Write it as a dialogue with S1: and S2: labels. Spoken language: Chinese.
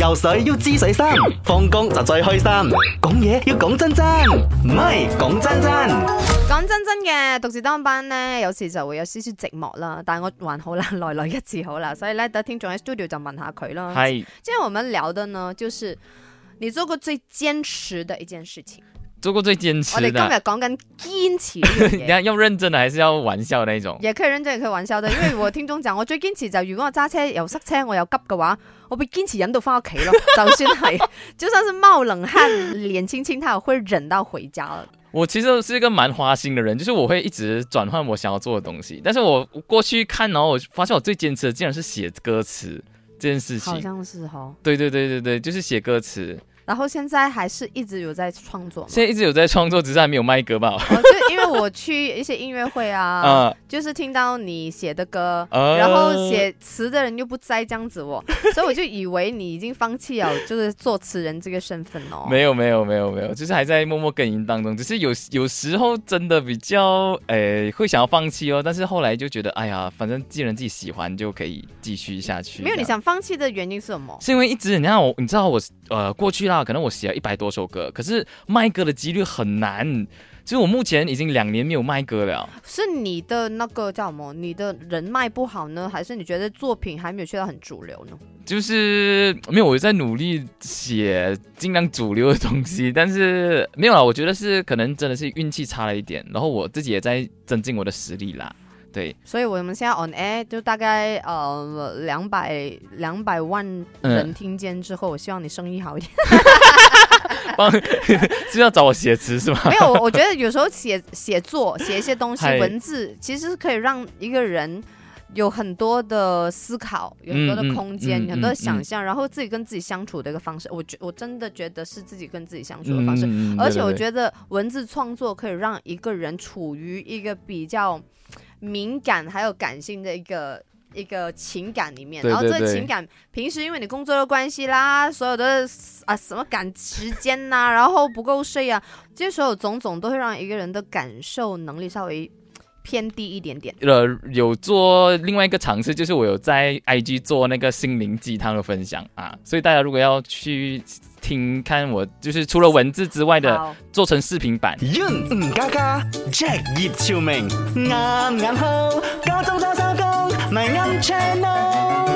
S1: 游水要知水深，放工就最開心。講嘢要講真真，唔係講真真。
S2: 講真真嘅，獨自當班咧，有時就會有少少寂寞啦。但我還好啦，來來一次好啦，所以咧，等聽眾喺 studio 就問下佢啦。
S3: 嗯系
S2: 今天我們聊的呢，就是你做過最堅持的一件事情。
S3: 做过最坚持
S2: 我哋今日
S3: 的，啊
S2: 講緊堅持呢樣
S3: 你
S2: 嘢，
S3: 看要认真的还是要玩笑那一種？
S2: 也可以認真佢玩笑的，因為我聽眾就我最堅持就如果我揸車又塞車我又急嘅話，我會堅持忍到翻屋企咯。就算 係，就算是冒冷汗、臉青青，他也會忍到回家了。
S3: 我其实是一个蛮花心的人，就是我会一直转换我想要做的东西。但是我过去看，然后我发现我最坚持的竟然是写歌词这件事
S2: 好
S3: 情。
S2: 像是哦。
S3: 对对对对对，就是写歌词。
S2: 然后现在还是一直有在创作嘛，
S3: 现在一直有在创作，只是还没有卖歌吧？
S2: 哦，就因为我去一些音乐会 啊，
S3: 啊，
S2: 就是听到你写的歌，
S3: 呃
S2: 然后写词的人又不在这样子 我，所以我就以为你已经放弃了就是作词人这个身份哦。
S3: 没有没有没有没有，就是还在默默耕耘当中。只是有有时候真的比较诶、会想要放弃哦，但是后来就觉得，哎呀，反正既然自己喜欢，就可以继续下去。
S2: 没有，你
S3: 这样
S2: 想放弃的原因是什么？
S3: 是因为一直你看我，你知道我呃过去啦，可能我写了一百多首歌，可是卖歌的几率很难。就是我目前已经两年没有卖歌了，
S2: 是你的那个叫什么？你的人脉不好呢，还是你觉得作品还没有去到很主流呢？
S3: 就是没有我在努力写尽量主流的东西， 但是没有啦，我觉得是可能真的是运气差了一点，然后我自己也在增进我的实力啦。对，
S2: 所以我们现在 on air 就大概呃两百两百万人
S3: 嗯
S2: 听见之后，我希望你生意好一点。
S3: 帮是要找我写词是吗？
S2: 没有，我我觉得有时候写写作、写一些东西、
S3: 嗨
S2: 文字，其实是可以让一个人有很多的思考，有很多的
S3: 嗯嗯
S2: 空间，
S3: 嗯
S2: 很多的
S3: 嗯
S2: 想
S3: 嗯
S2: 象，然后自己跟自己相处的一个方式。我觉我真的觉得是自己跟自己相处的方式。
S3: 嗯
S2: 而且我
S3: 得
S2: 觉得文字创作可以让一个人处于一个比较敏感还有感性的一个一个情感里面，
S3: 对
S2: 然后这
S3: 对
S2: 个
S3: 对
S2: 情感平时因为你工作的关系啦，所有的啊什么赶时间呐、然后不够睡啊，这些所有种种都会让一个人的感受能力稍微偏低一点点。
S3: 呃有做另外一个尝试，就是我有在 IG 做那个心灵鸡汤的分享啊，所以大家如果要去听看我，就是除了文字之外的，
S2: 好，
S3: 做成视频版。
S1: Yun 吳家家，Jack 葉朝明，啱啱好，加州多收工，咪啱 channel。